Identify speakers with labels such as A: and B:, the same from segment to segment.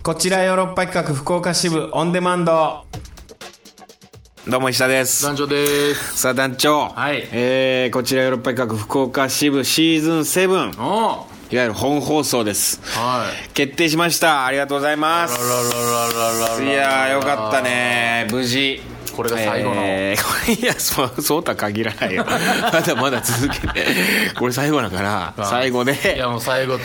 A: こちらヨーロッパ企画福岡支部オンデマンドどうも石田です
B: 団長です
A: さあ団長
B: はい
A: えーこちらヨーロッパ企画福岡支部シーズン7
B: おはい
A: わゆる本放送です
B: あ
A: 決定しましたありがとうございます
B: らららららら
A: いやーよかったね無事
B: これが最後の
A: えーいやそうそうとは限らないよ まだまだ続けてこれ最後だから最後で
B: いやもう最後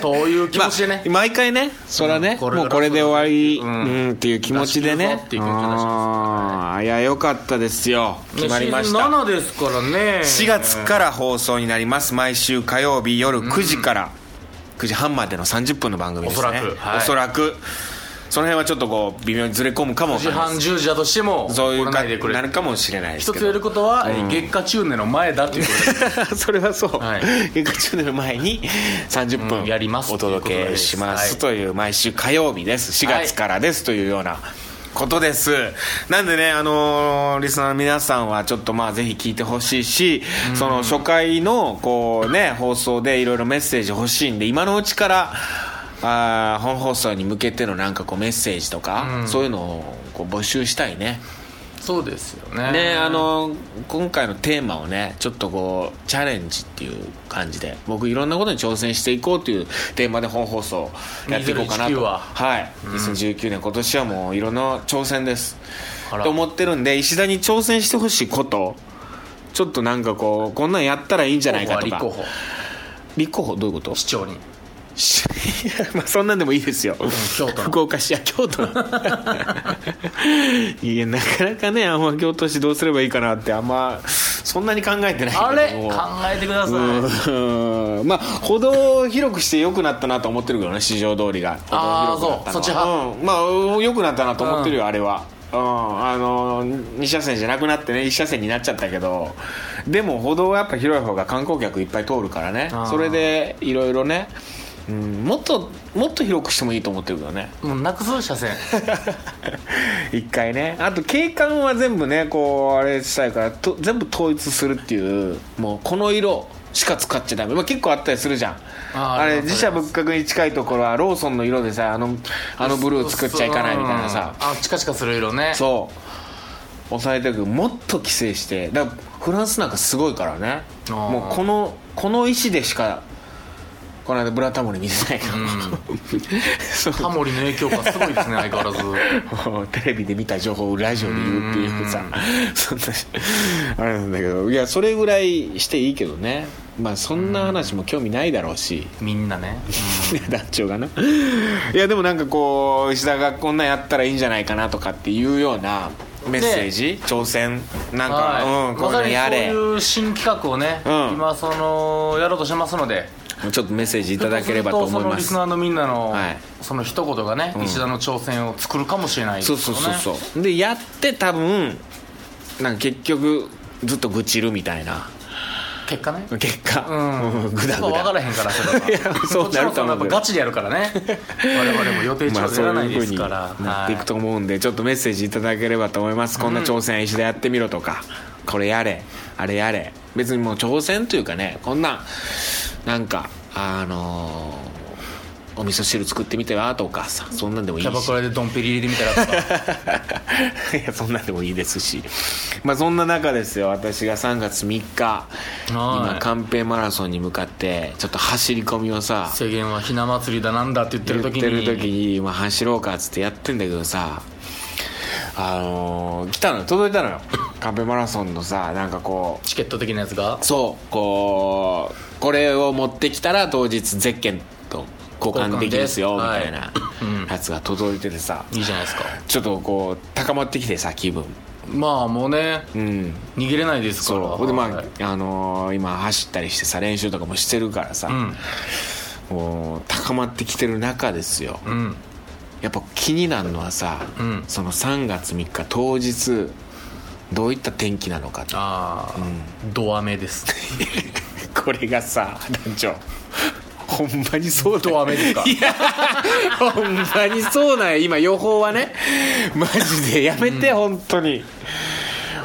B: という気持ちでね、
A: まあ毎回ねそれはね、
B: うんこれが
A: もうこれで終わり、う
B: うん
A: んっていう気持ちで
B: 出し切る
A: ね
B: ぞっていう気持ちで出し
A: あーいやよかったですよ決まりました
B: 7ですからね
A: 4月から放送になります毎週火曜日夜9時から9時半までの30分の番組ですね
B: おそらくはい
A: おそらくその辺はちょっとこう微妙にずれ込むかもわか
B: 時
A: りま
B: 半
A: せん
B: 10時だとしても
A: そういう
B: 怒らないでく
A: か
B: れ
A: なるかもしれないです
B: 一
A: け
B: つ
A: ど
B: 言えることは、月下中年の前だということで
A: それはそう、
B: はい
A: 月下チャンネル前に30分、
B: うんやります
A: お届けしますという毎週火曜日です4
B: はい
A: 月からですというようなことです、なんでねあのーリスナーの皆さんはちょっとまあぜひ聞いてほしいし、その初回のこうね放送でいろいろメッセージ欲しいんで今のうちからあー本放送に向けてのなんかこうメッセージとか、
B: うん
A: そういうのをこう募集したいね
B: そうですよね
A: ねあの今回のテーマをねちょっとこうチャレンジっていう感じで僕いろんなことに挑戦していこうというテーマで本放送やっていこうかな
B: 2019
A: と、
B: はい
A: 2019年今年はもういろんな挑戦です
B: あら
A: と思ってるんで石田に挑戦してほしいことちょっとなんかこうこんなんやったらいいんじゃないかと
B: 立
A: か
B: 候補は立候
A: 立候
B: 補
A: 補どういうこと
B: 市長に
A: しいやまあそんなんでもいいですよ、
B: 京都の
A: 福岡市や京 都のいやなかなかねあんま京都市どうすればいいかなってあんまそんなに考えてないけど
B: あ れ
A: も
B: 考えてください、
A: うんまあ歩道を広くして良くなったなと思ってるけどね市場通りが歩
B: あー
A: 道広くなったのは
B: そうそっち派
A: うん、まあうん良くなったなと思ってるよ、あれはうん、あの2車線じゃなくなってね1車線になっちゃったけどでも歩道はやっぱ広い方が観光客いっぱい通るからね
B: あー
A: それでいろいろね、うん、もっともっと広くしてもいいと思ってるけどね
B: もうなくす車線
A: 一回ねあと景観は全部ねこうあれしたいからと全部統一するっていうもうこの色しか使っちゃダメ、まあ、結構あったりするじゃん
B: あ
A: あ
B: ーあり
A: れ
B: ます
A: 自社仏閣に近いところはローソンの色でさあのあのブルー作っちゃいかないみたいなさ
B: うんあチカチカする色ね
A: そう抑えてるけどもっと規制してだからフランスなんかすごいからね
B: あー
A: もうこのこの石でしかこの間「ブラタモリ」見てないから、 そう
B: タモリの影響がすごいですね相変わらず
A: もう テレビで見た情報をラジオで言うっていうさそんなあれなんだけどいやそれぐらいしていいけどねまあそんな話も興味ないだろうし
B: みんなね、
A: 団長がないやでもなんかこう石田がこんなんやったらいいんじゃないかなとかっていうようなメッセージ挑戦なんか、
B: は
A: うん
B: い、
A: こういう
B: まさ
A: の
B: に
A: や
B: そう
A: れ
B: いう新企画をね、
A: うん
B: 今そのやろうとしてますので
A: ちょっとメッセージいただければと思いま
B: ひょっとす
A: す
B: るとそのリスナーのみんなの、
A: はい
B: その一言がね、石田の挑戦を作るかもしれないです
A: そ
B: よ
A: う
B: ね
A: そうそうそうでやって多分なんか結局ずっと愚痴るみたいな
B: 結果ね
A: 結果
B: う ん
A: グダグ
B: 分
A: ダ
B: からへんからそ
A: い
B: れ
A: や
B: は
A: そうなると思うけど
B: もちろんそのやっぱガチでやるからね我々も予
A: ま
B: 定
A: あ
B: 調
A: そ
B: 整
A: う
B: やらない
A: いう
B: で
A: ふう
B: す
A: に
B: から、
A: なっていく
B: は
A: と思うんでちょっとメッセージいただければと思いますこんな挑戦石田やってみろとかこれやれあれやれ別にもう挑戦というかねこんなんなんかあのーお味噌汁作ってみてはとかさそんなんでもい
B: い
A: い
B: キ
A: し
B: ャバクラでドンペリ入れてみたらと か
A: いやそんなんでもいいですしまあそんな中ですよ私が3月3日今カンペマラソンに向かってちょっと走り込みをさ
B: 世間はひな祭りだなんだって言ってる時に
A: 言ってる時に、まあ、走ろうかっつってやってんだけどさあのー来たのよ届いたの よカンペマラソンのさなんかこ
B: チケット的なやつが
A: うそうこうこれを持ってきたら当日ゼッケンと交換できますよみ
B: 交換
A: た
B: で
A: いな
B: はいうん
A: やつが届いててさ、
B: いいじゃない ですか
A: ちょっとこう高まってきてさ気分
B: まあもうね
A: うん
B: 逃げれないですから
A: そうほんでまあ、
B: はい
A: あのー今走ったりしてさ練習とかもしてるからさ、
B: うん
A: もう高まってきてる中ですよ、
B: うん
A: やっぱ気になるのはさ、
B: うん
A: その3月3日当日どういった天気なのかと
B: ああ、ドア目です
A: これがさ団長ほんまにそうだ
B: ドア目ですか
A: いやほんまにそうなんや今予報はねマジでやめて、本当に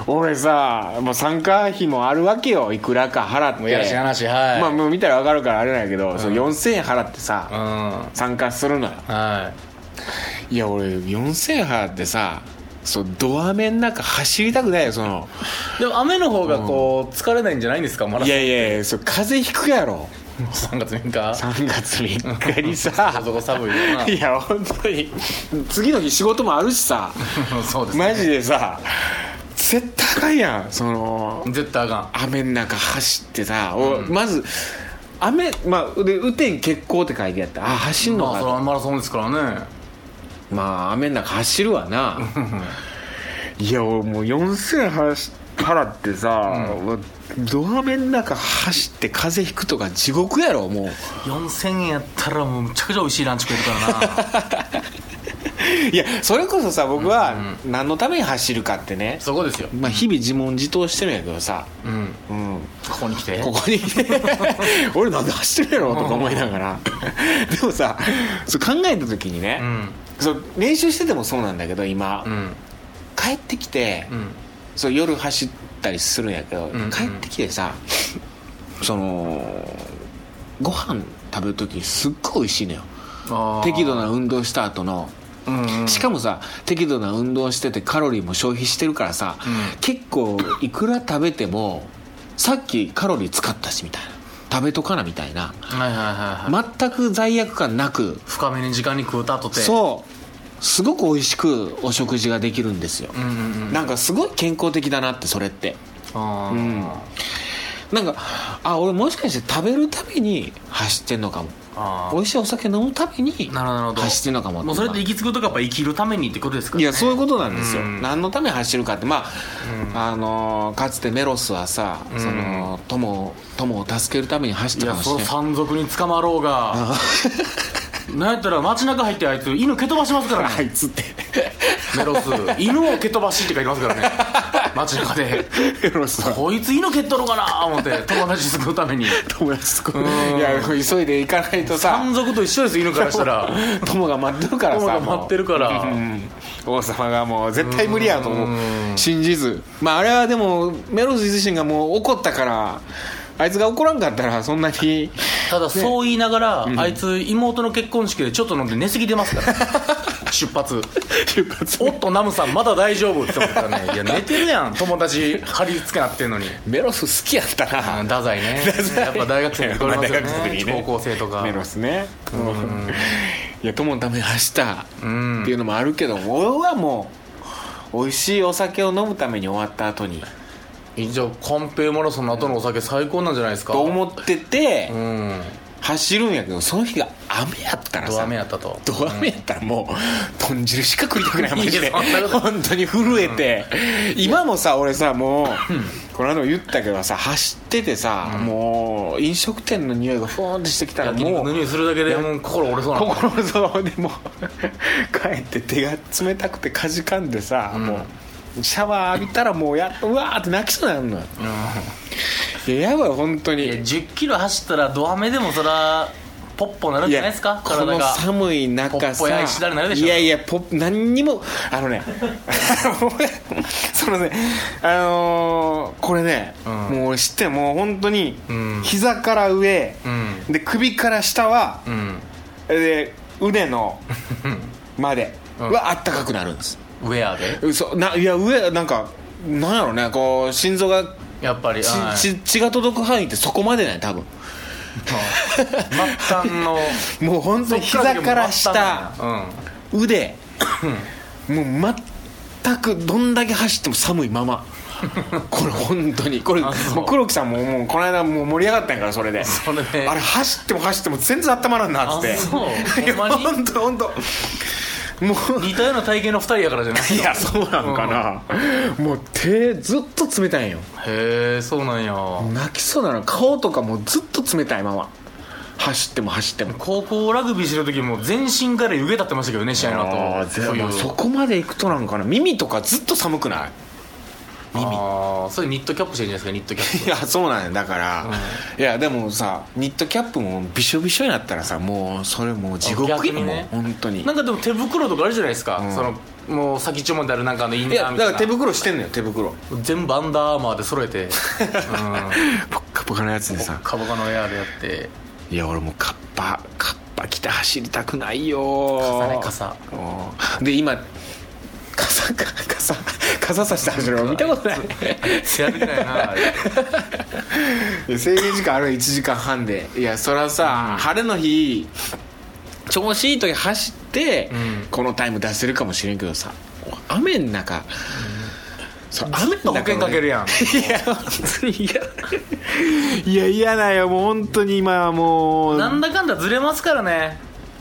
A: 俺さもう参加費もあるわけよいくらか払って
B: もうやらしい話はい
A: まあもう見たら分かるからあれなんやけど、その4000円払ってさ、
B: うん
A: 参加するのよ
B: は
A: いや俺四千葉ってさそうドア目の中走りたくないよその
B: でも雨の方がこう疲れないんじゃないんですかマラ
A: い
B: ソン
A: やいやいやそう風邪ひくやろ
B: 3月3日
A: 3月3日に
B: そ
A: さ
B: こそこ寒いよない
A: や本当に次の日仕事もあるしさ
B: そうですね
A: マジでさ絶対あかんやんその
B: 絶対あかん
A: 雨の中走ってさ、おまず雨まあで雨天決行って書いてあったあ走んの
B: まあ
A: か
B: それはマラソンですからね
A: まあ雨の中走るわ ないや俺もう4000走払ってさ、ドア目の中走って風邪ひくとか地獄やろもう
B: 4000円やったらもうむちゃくちゃ美味しいランチ食えるからな
A: いやそれこそさ僕は何のために走るかってね、
B: そこですよ
A: まあ、日々自問自答してるんやけどさ、
B: うん
A: うん、
B: ここに来て
A: こ こに来て俺なんで走ってるやろとか思いながらでもさそう考えた時にね、
B: うん
A: そう練習しててもそうなんだけど今、
B: うん
A: 帰ってきて、
B: うん
A: そう夜走ったりするんやけど、
B: んうん
A: 帰ってきてさそのご飯食べる時すっごい美味しいのよ
B: あー
A: 適度な運動した後の
B: うんうん
A: しかもさ適度な運動しててカロリーも消費してるからさ、
B: う
A: 結構いくら食べてもさっきカロリー使ったしみたいな食べとかなみたいな
B: はいはいはいはい
A: 全く罪悪感なく
B: 深めに時間に食うたとて
A: そうすごく美味しくお食事ができるんですよ
B: う、んうんうん
A: なんかすごい健康的だなってそれって
B: あー
A: なんかあ俺もしかして食べるために走ってんのかも
B: あ
A: 美味しいお酒飲むために
B: なるほどなるほど
A: 走ってんのかも
B: もうそれって行き着くとかやっぱ生きるためにってことですから
A: い
B: ね
A: やそういうことなんですよ、
B: うん
A: 何のために走るかってまあ、あのーかつてメロスはさ、その友を友を助けるために走っ
B: い
A: た
B: や
A: かもしれ
B: その
A: ない
B: 山賊に捕まろうがなんやったら街中入ってあいつ犬蹴飛ばしますか ら
A: あ
B: ね
A: いつって
B: メロス犬を蹴飛ばしって書いてますか らね街中で
A: メロスは
B: こいつ犬蹴っとるかな思って友達救うために
A: 友達とこ
B: うん
A: いや急いで行かないとさ
B: 山賊と一緒です犬からしたら
A: 友が待ってるから
B: 友
A: さ
B: が待ってるから
A: もううん王様がもう絶対無理やと思
B: う
A: う信じずまああれはでもメロス自身がもう怒ったからあいつが怒らんかったらそんなに
B: ただそう言いながら、あいつ妹の結婚式でちょっと飲んで寝すぎてます から出発
A: 出発
B: おっとナムさんまだ大丈夫って思ったら ねいや寝てるやん友達張り付けなってんのに
A: メロス好きやったな
B: あ太宰ねやっぱ大学生に来れますよね高校生とか
A: メロスね、うんいや友のために走ったって
B: ん
A: いうのもあるけど、俺はもう美味しいお酒を飲むために終わった後に
B: じゃあ寛平マラソンの後のお酒最高なんじゃないですか
A: と思ってて
B: うん
A: 走るんやけどその日が雨やったら
B: ド
A: さ
B: ア目やったと
A: ドア目やったらもう豚汁しか食いたくないマジ
B: い
A: で
B: やそんなこと
A: 本当に震えて今もさ俺さもうこの間も言ったけどさ走っててさもう飲食店の匂いがふーんってしてきたら
B: 焼肉
A: も
B: の
A: う
B: 匂いするだけでもう心折れそうな
A: 心の底でもう帰って手が冷たくてかじかんでさもうシャワー浴びたらもうやうわーって泣きそうになるのよいややばい本当に
B: 1 0キロ走ったらドア目でもそらポッポなる
A: い
B: んじゃ
A: や
B: ないですか
A: こ
B: 体
A: の
B: が
A: 寒い中
B: ポッポや
A: さ
B: 石田になるでしょ
A: いやいやポップ何にもあのね そのねあのーこれね、
B: うん
A: もう俺知ってんもう本当に
B: うん
A: 膝から上、
B: うん
A: で首から下は
B: う、ん
A: で腕のまで
B: うん
A: はあったかくなるんです、
B: ウェアで
A: 嘘ないや上なんかなんやろねこう心臓が
B: やっぱり
A: 血
B: はい
A: 血血が届く範囲ってそこまでない多分
B: うん末端の
A: もう本当に 膝から
B: そっか
A: 下
B: らでも末端なんや
A: 腕もう全くどんだけ走っても寒いま まこれ本当にこれ
B: あそう
A: もう黒木さんももうこの間もう盛り上がったんやからそれで
B: それで
A: あれ走っても走っても全然温まらんなっつって
B: あそう
A: いや
B: ほんまに
A: 本当本当も
B: う
A: うん
B: 似たような体型の2人やからじゃない
A: いやそうなんかな、もう手ずっと冷たいんよ
B: へえそうなんや
A: 泣きそうなの顔とかもうずっと冷たいまま走っても走っても
B: 高校ラグビーしてる時も全身から湯気立ってましたけどね試合の
A: あ
B: 後
A: ーで
B: 冬
A: もそこまで行くとなんかな耳とかずっと寒くない
B: ああそれニットキャップしてるんじゃないですかニットキャッ
A: いやそうなんやだから、いやでもさニットキャップもびしょびしょになったらさもうそれもう地獄
B: 逆
A: よ、
B: に
A: もう
B: ね
A: 本当に
B: プなんかでも手袋とかあるじゃないですか、
A: ん
B: そのもう先っちょまであるなんかのイン
A: い
B: ナー
A: や
B: み
A: だ
B: た
A: から
B: いな
A: 手袋してんのよ手袋
B: 全部アンダーアーマーで揃 えて、うん、
A: ポッカポカのやつでさ
B: カボカのエアーでやって
A: いや俺もうカッパカッぱ来て走りたくないよ
B: 傘ね傘
A: うんで今傘か傘傘さして走るの見たことない
B: せやるないなあれ
A: いや制限時間ある1時間半でいやそらさ、晴れの日調子いい時走って、
B: うん
A: このタイム出せるかもしれんけどさ雨の中、そう雨
B: 保
A: の中
B: 険かけるやん
A: いや本当に嫌いや嫌だよもう本当に今はもう
B: なんだかんだずれますからね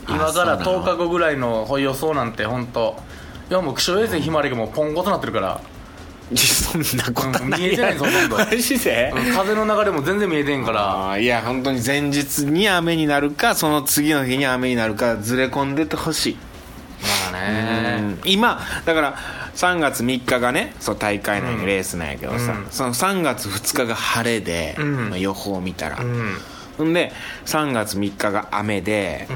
B: 今から
A: あそうなの
B: 10日後ぐらいの予想なんて本当いやもう気象衛星ひまわりがもうポンコとなってるから、
A: そんなこと
B: うん
A: ない
B: 見えてないぞほとんど
A: マジで、
B: うん風の流れも全然見えてんから
A: あーいや本当に前日に雨になるかその次の日に雨になるかずれ込んでてほしい
B: まあね
A: うん今だから3月3日がねそう大会なんや
B: うん
A: レースなんやけどさ、
B: うん
A: その3月2日が晴れで、
B: うん
A: まあ予報を見たら、
B: うん
A: ほんで3月3日が雨で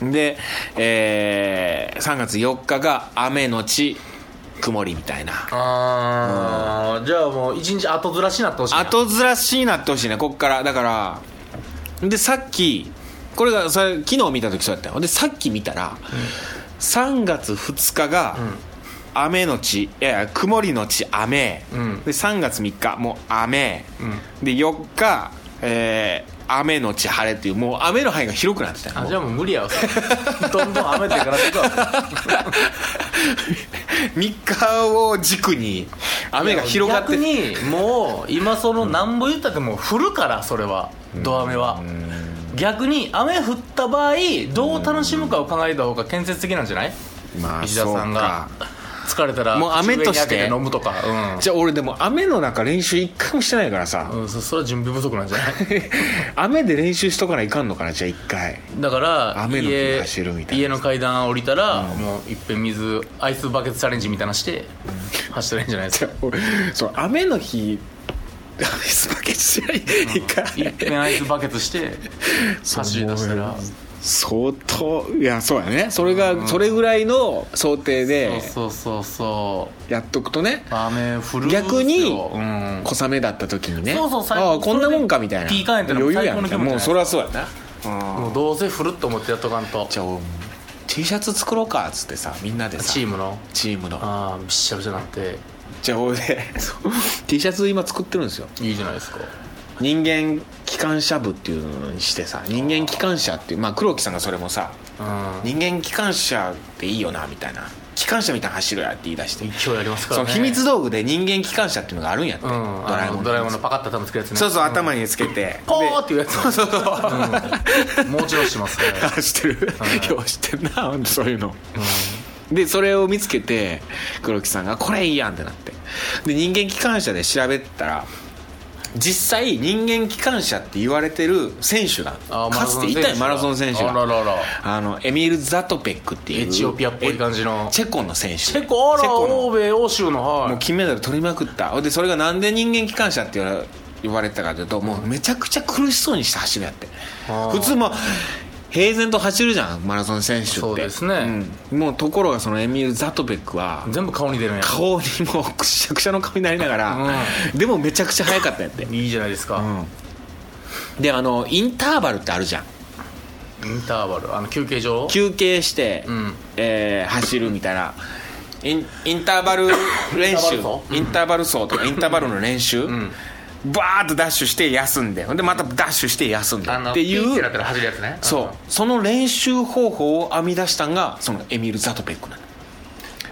B: う、ん
A: で、えー3月4日が雨のち曇りみたいな
B: あー、じゃあもう一日後ずらしになってほしいな
A: 後ずらしになってほしいねこっからだからでさっきこれがそれ昨日見た時そうやったよでさっき見たら、3月2日が、雨のちいやいや曇りのち雨、
B: うん
A: で3月3日もう雨、
B: う
A: で4日、えー雨のち晴れっていうもう雨の範囲が広くなってたよ
B: あ
A: もう
B: じゃあもう無理やわどんどん雨ってからってくわ
A: 3日を軸に雨が広がって
B: 逆に もう今そのなんぼ言ったってもう降るからそれはドア雨は逆に雨降った場合どう楽しむかを考えた方が建設的なんじゃない
A: まあ
B: 石田さんが
A: そうか
B: 疲れたら
A: もう雨として
B: 口上に開け飲むとかうん
A: じゃあ俺でも雨の中練習一回もしてないからさ、
B: うん、そそれは準備不足なんじゃない
A: 雨で練習しとかないかんのかなじゃあ一回
B: だから
A: 雨の日
B: 家
A: 走るみたいな
B: 家の階段降りたら、もういっぺん水アイスバケツチャレンジみたいなのして、走ったらいいんじゃな いですか
A: 俺そう雨の日アイスバケツじゃない一
B: いっぺ
A: 回
B: んアイスバケツ して走り出したら
A: 相当いやそうやねそれがそれぐらいの想定で
B: そうそうそうそう
A: やっとくとね
B: 雨降るんすよ
A: 逆に
B: うん、
A: 小雨だった時にね
B: そうそう最高
A: ああこんなもんかみたいな
B: ピーカーやったらもう
A: 余裕やんみたい
B: 最高の気分じゃな
A: ないもうそりゃそうやな
B: もうどうせ降ると思ってやっとかんと
A: じゃあ俺 T シャツ作ろうかっつってさみんなでさ
B: チームの
A: チームの
B: ああびっしゃびしゃなって
A: じゃあ俺で T シャツ今作ってるんですよ
B: いいじゃないですか
A: 人間機関車部っていうのにしてさ人間機関車っていうまあ黒木さんがそれもさ
B: うん
A: 人間機関車っていいよなみたいな機関車みたいなの走るやって言い出して、
B: 勢いありますか
A: そ
B: ら
A: の
B: ね
A: 秘密道具で人間機関車っていうのがあるんやって、
B: うん
A: ドラ
B: あ
A: えも
B: の
A: ん
B: ドラえもんのパカッと頭つけるやつね
A: そうそう、
B: ん
A: 頭につけて
B: ポー
A: で
B: っていうやつそうそう うん、もうちろんし ますね、
A: あ知ってる、
B: はい
A: よう知ってんなほんとそういうのでそれを見つけて黒木さんが「これいいやん」ってなってで人間機関車で調べたら実際人間機関車って言われてる選手が
B: あーマ
A: か
B: ラソ
A: つ
B: ン
A: てい
B: 選手
A: たよマラソン選手が
B: あららら
A: あのエミール・ザトペックって
B: エ
A: いう
B: チオピアっぽい感じの
A: えチェコの選手
B: チェコあら
A: の
B: 欧米欧州のはい
A: もう金メダル取りまくったほんでそれがなんで人間機関車って言われ呼ばれてたかというともうめちゃくちゃ苦しそうにして走るんやって
B: あー
A: 普通もう平然と走るじゃんマラソン選手って
B: そうですね、
A: うんもうところがそのエミール・ザトベックは
B: 全部顔に出るんや
A: 顔にもうくしゃくしゃの顔になりながら、でもめちゃくちゃ速かったんやって、
B: いいじゃないですか、
A: であのインターバルってあるじゃん
B: インターバルあの休憩所
A: 休憩して、
B: うん
A: えー走るみたいなインインターバル練習インターバル走とかインターバルの練習、バーッとダッシュして休んでほんでまたダッシュして休んで
B: あの
A: って
B: ピー
A: い
B: てなっ
A: う
B: たら走るやつね
A: そうその練習方法を編み出したんがそのエミール・ザトペックなの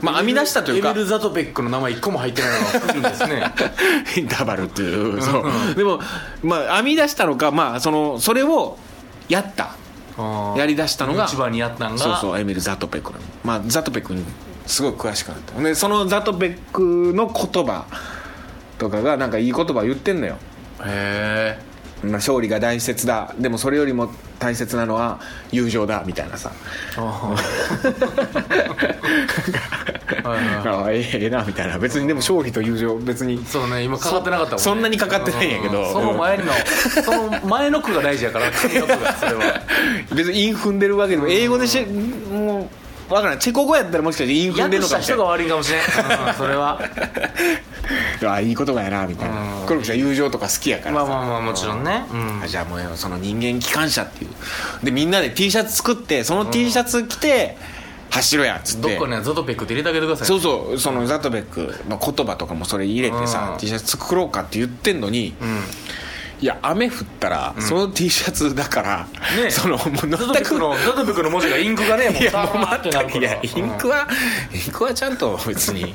A: まあ編み出したというか
B: エミル・ザトペックの名前一個も入ってないのが不思議です ね
A: インターバルっていうそうでも、まあ、編み出したのか、まあ、そのそれをやったやりだしたのが
B: 一番にやったんが
A: そうそうエミル・ザトペックなの、まあ、ザトペックにすごい詳しくなったでそのザトペックの言葉とかがなんかいい言葉言ってんのよ、
B: へえ
A: まあ、勝利が大切だでもそれよりも大切なのは友情だみたいなさ ああええええなみたいな別にでも勝利と友情別に
B: そうね今かかってなかったもん、ね、
A: そんなにかかってないんやけど
B: うその前のその前の句 が大事やから上の句がそれは
A: 別に韻踏んでるわけでも英語でし、もう分からんチェコ語やったらもしかして言い踏んで
B: 訳
A: るの
B: し
A: か
B: た
A: もしれな
B: 人が
A: い
B: 悪いかもしれん、うん、それは
A: ああいい言葉やなみたいな
B: うん
A: 黒木さん友情とか好きやからさ
B: まあまあまあもちろんね、うん
A: あ、じゃあもうその人間機関車っていうでみんなで T シャツ作ってその T シャツ着て走ろうやっつっ
B: ど
A: て
B: っかにはゾトペックって入れてあげてください
A: そうそうそのザトベックの言葉とかもそれ入れてさ、
B: うん
A: T シャツ作ろうかって言ってんのに、
B: うん
A: いや雨降ったら、その T シャツだから、
B: ねえ
A: そのもう全
B: ゾトペッ
A: く
B: クのゾトペックの文字がインクがねもう
A: いや
B: ザ
A: もう
B: ーってな
A: 全
B: るか
A: くい
B: ら
A: やインク
B: うん
A: は、インクはちゃんと別に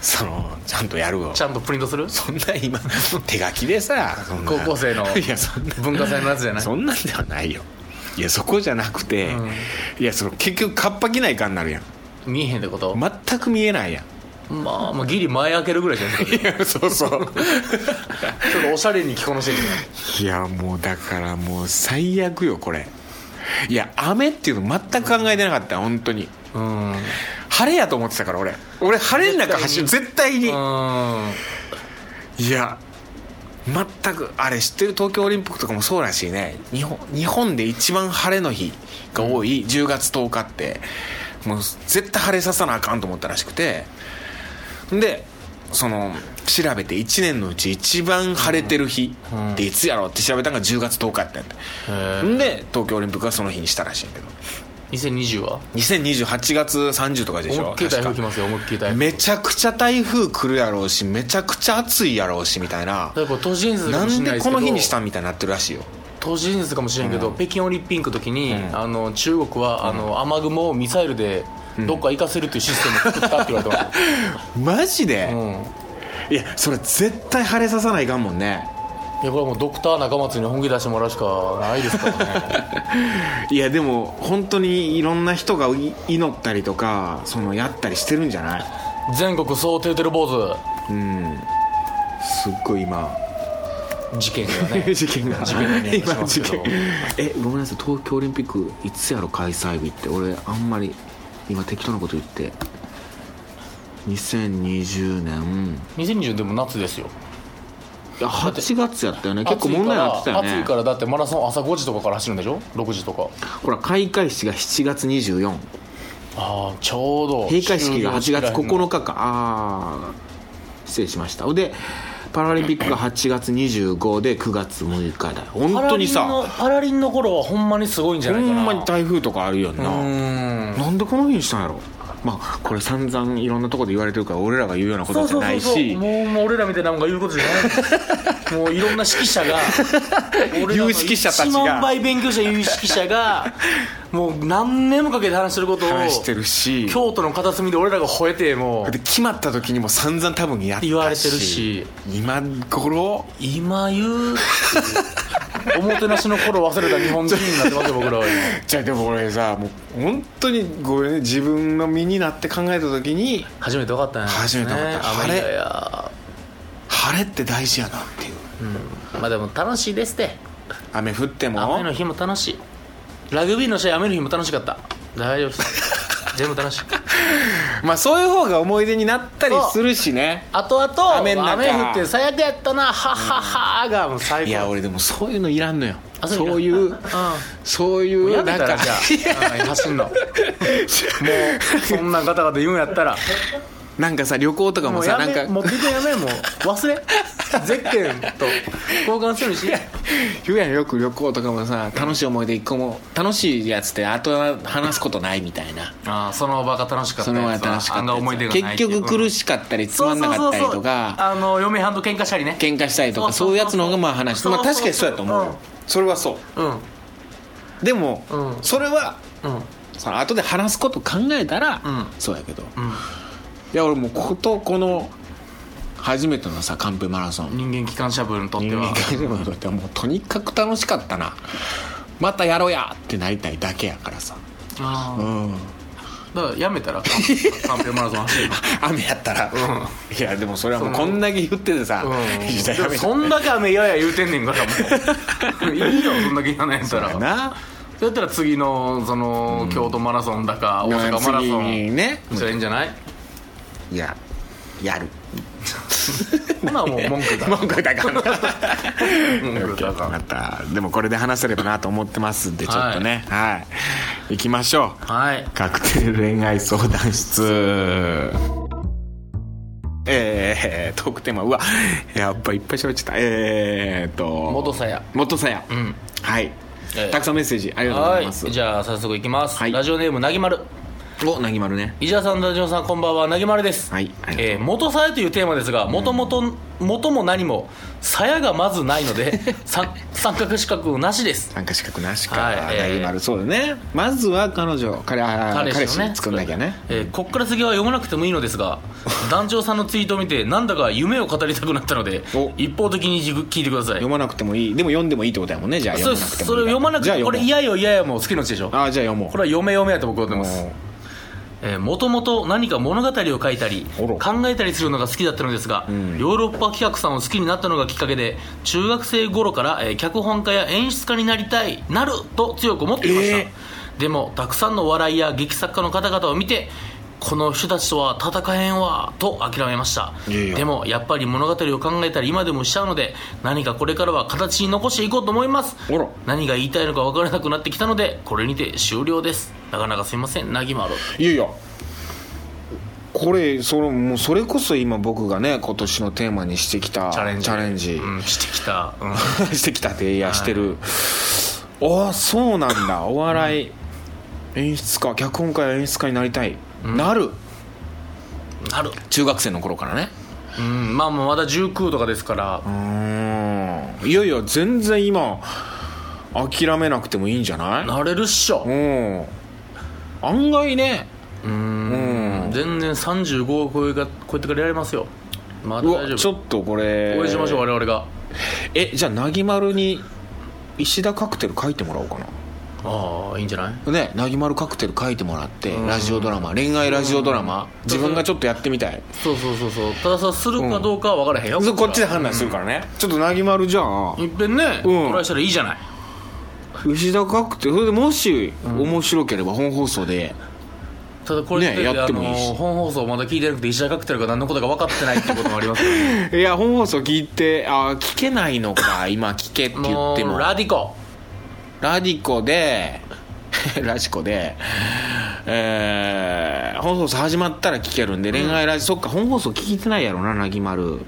A: そのちゃんとやるわ
B: ちゃんとプリントする
A: そんな今手書きでさそんな
B: 高校生の
A: いやそんな
B: 文化祭のやつじゃない
A: そんなんではないよいやそこじゃなくて、
B: うん
A: いやその結局かっぱ着ないかになるやん
B: 見えへんってこと、
A: 全く見えないやん
B: まあ、まあギリ前開けるぐらいじゃ ない
A: いやそうそう
B: ちょっとおしゃれに着こなしてる
A: いやもうだからもう最悪よこれいや雨っていうの全く考えてなかった本当に
B: うんうん
A: 晴れやと思ってたから俺俺晴れの中走る絶対にいや全くあれ知ってる東京オリンピックとかもそうらしいね日本日本で一番晴れの日が多い10月10日ってもう絶対晴れささなあかんと思ったらしくてでその調べて1年のうち一番晴れてる日っていつやろうって調べたのが10月10日やったんや
B: へ
A: ってんで東京オリンピックはその日にしたらしいんやけど
B: 2020は
A: 2028月30とかでし
B: 思い
A: ょ
B: っきり台
A: 確か
B: 風来ますよ思いっきり台風
A: めちゃくちゃ台風来るやろうしめちゃくちゃ暑いやろうしみたいな
B: だからこれ都市伝説か
A: な
B: もし
A: ん
B: れな
A: で
B: いです
A: こ
B: け
A: の
B: ど
A: 日にしたみたいになってるらしいよ
B: 都市伝説かもしれんけど、北京オリンピックの時に、あの中国は、あの雨雲をミサイルでどっか行かせるっていうシステムを作ったって言われて ま
A: マジで
B: す、う、ん、いや
A: いやそれ絶対晴れささないかんもんね
B: これはもうドクター中松に本気出してもらうしかないで すからね
A: いやでも本当にいろんな人がい祈ったりとかそのやったりしてるんじゃない
B: 全国総テーテル坊主
A: うんすっごい今
B: 事件が ね
A: 事件が
B: 事件がね
A: 今
B: し
A: 事
B: ますけど
A: 件えごめんなさい東京オリンピックいつやろ開催日って俺あんまり今適当なこと言って2020年
B: 2020でも夏ですよ
A: いや8月やったよね結構問題になってたよね
B: 暑いからだってマラソン朝5時とかから走るんでしょ6時とか
A: ほら開会式が7月24
B: ああちょうど
A: 閉会式が8
B: 終了
A: 月
B: 式ぐらいの
A: 9日かああ失礼しましたほんでパラリンピックが8月25で9月6日だよ本当にさ
B: パラリンのパラリンの頃はほんまにすごいんじゃ
A: ほ
B: ないかなん
A: まに台風とかあるよ
B: う
A: な
B: ーん
A: なんでこの日にしたんやろまあこれ散々いろんなとこで言われてるから俺らが言うようなことじゃないし
B: もうもう俺らみたいなもんが言うことじゃないもういろんな指揮者 が俺らの
A: 有識者たちが
B: 1万倍勉強した有識 者がもう何年もかけて話してることを
A: 話してるし
B: 京都の片隅で俺らが吠えてもう
A: で決まった時にも散々多分やったし
B: 言われてるし
A: 今頃
B: 今言うおもてなしの頃忘れた日本人になってますよ僕らは今
A: じゃあでも俺さもう本当にごめんね自分の身になって考えた時に
B: 初めて分かったね
A: 初めて分かった
B: アメリカや
A: 晴れって大事やなっていう
B: まあでも楽しいですって
A: 雨降っても
B: 雨の日も楽しいラグビーの試合雨の日も楽しかった大丈夫です全部楽しい
A: まあそういう方が思い出になったりするしね
B: あとあと
A: 雨
B: 雨
A: の中
B: 降って最悪やったなはっはっはがもう最高
A: いや俺でもそういうのいらんのよ
B: あそう
A: そういうそうい
B: う
A: う
B: んやめ
A: な
B: た
A: んから
B: じゃあうん走んのもうそんなガタガタ言うんやったら
A: なんかさ旅行とか
B: も
A: も
B: う
A: さ
B: や
A: なん
B: め
A: か
B: もう全然やめもう忘れゼッケンと交換するし
A: 言うやんよく旅行とかもさ楽しい思い出一個も楽しいやつってあとは話すことないみたいな
B: ああその場が楽しかった
A: その方が楽しかったやつ結局苦しかったりつまんなかったりとか
B: あの嫁はんと喧嘩したりね
A: 喧嘩したりとかそういうやつの方がまあ話してまあ確かにそうやと思うよそれはそ
B: うん
A: うでも
B: うん
A: それは
B: うん
A: その後で話すこと考えたら
B: うん
A: そうやけど
B: うん
A: いや俺もうことこの初めてのさカンペマラソン
B: 人間機関車部にとって
A: 人間
B: は
A: 関係にとってはもうとにかく楽しかったなまたやろうやってなりたいだけやからさ
B: あ
A: う
B: あ
A: ん
B: だからやめたらカンペマラソン走るの
A: 雨やったら、いやでもそれはもうこんだけ言っててさ、いやや
B: うん、
A: め
B: そんだけ雨嫌や言うてんねんからもう いいよそんだけ嫌なんやったら
A: たな
B: だったら次のその、京都マラソンだか大阪マラソ
A: 次に
B: ン
A: ね
B: それいいんじゃない
A: いややる
B: ほ なもう文句だ
A: 文句言うたらあかんな
B: 文句言うたらあかん
A: またでもこれで話せればなと思ってますんでちょっとねはい、行きましょう
B: はい
A: カクテル恋愛相談室えー、トークテーマうわやっぱいっぱい喋っちゃったえー、っと
B: 元さや
A: 元さや、
B: ん
A: はい、
B: ええ
A: たくさんメッセージありがとうございます
B: はいじゃあ早速いきます、
A: はい
B: ラジオネームなぎまる
A: おなぎまるね
B: 伊沢さんダジオさんこんばんはなぎまるです、
A: はいありがとう
B: えー元さやというテーマですがもともと元も何もさやがまずないの でさ三角四角なしです
A: 参加資格なしか、
B: はいええ
A: なぎまるそうだねまずは彼女彼あー彼氏
B: をね
A: 作んなきゃね
B: えーこっから先は読まなくてもいいので すが団長さんのツイートを見てなんだか夢を語りたくなったので
A: お
B: 一方的に聞いてください
A: 読まなくてもいいでも読んでもいいってことやもんねじゃあ
B: そう
A: 読
B: で
A: まなくてもじ
B: すそれを読まなく
A: ゃあ
B: てこれ
A: 読も
B: 嫌よ嫌やもう好きのうちでしょ
A: うあーじゃあ読もう
B: これは嫁嫁やと僕は思ってま
A: お
B: す
A: ー
B: えーもともと何か物語を書いたり
A: おろ
B: 考えたりするのが好きだったのですが、ヨーロッパ企画さんを好きになったのがきっかけで中学生頃から、えー脚本家や演出家になりたいなると強く思っていました、
A: え
B: でもたくさんのお笑いや劇作家の方々を見てこの人たちとは戦えんわと諦めました
A: いやいや
B: でもやっぱり物語を考えたり今でもしちゃうので何かこれからは形に残していこうと思います
A: おろ
B: 何が言いたいのか分からなくなってきたのでこれにて終了ですなかなかすいませんなぎまろ
A: いやいやこれそのもうそれこそ今僕がね今年のテーマにしてきた
B: チャレン
A: ジ
B: ジうん、してきた、うん
A: してきたっていやしてるああそうなんだお笑い演出家脚本家や演出家になりたい、なる
B: なる、
A: 中学生の頃からね
B: うん、まあもうまだ19とかですから、
A: うーんいやいや全然今諦めなくてもいいんじゃない
B: なれるっしょ
A: うん案外ね
B: うん全然35を超えが超えてくれられますよまだ
A: う
B: 大
A: わち
B: 丈
A: ょ
B: 夫
A: っとこれ
B: 応援しましょう我々が
A: えじゃあなぎまるに石田カクテル書いてもらおうかな
B: ああいいんじゃない
A: ねなぎまるカクテル書いてもらって
B: ん
A: ラジオドラマ恋愛ラジオドラマ自分がちょっとやってみたい
B: そうそうそうそうたださするかどうかは分からへんよ、
A: そうこっちで
B: は
A: 判断するからね、ちょっとなぎまるじゃあ
B: いっぺんね、
A: うん
B: トライしたらいいじゃない
A: 石田カクテルそれでもし面白ければ本放送で、
B: ただこれ
A: ねやってもいいし
B: あの本放送まだ聞いてなくて石田カクテルが何のことか分かってないってこともありますからね
A: いや本放送聞いてあー聞けないのか今聞けって 言
B: も
A: っても
B: うラディコ
A: ラディコで ラジコで、えー、本放送始まったら聞けるんで、恋愛ラジそっか本放送聞いてないやろななぎまる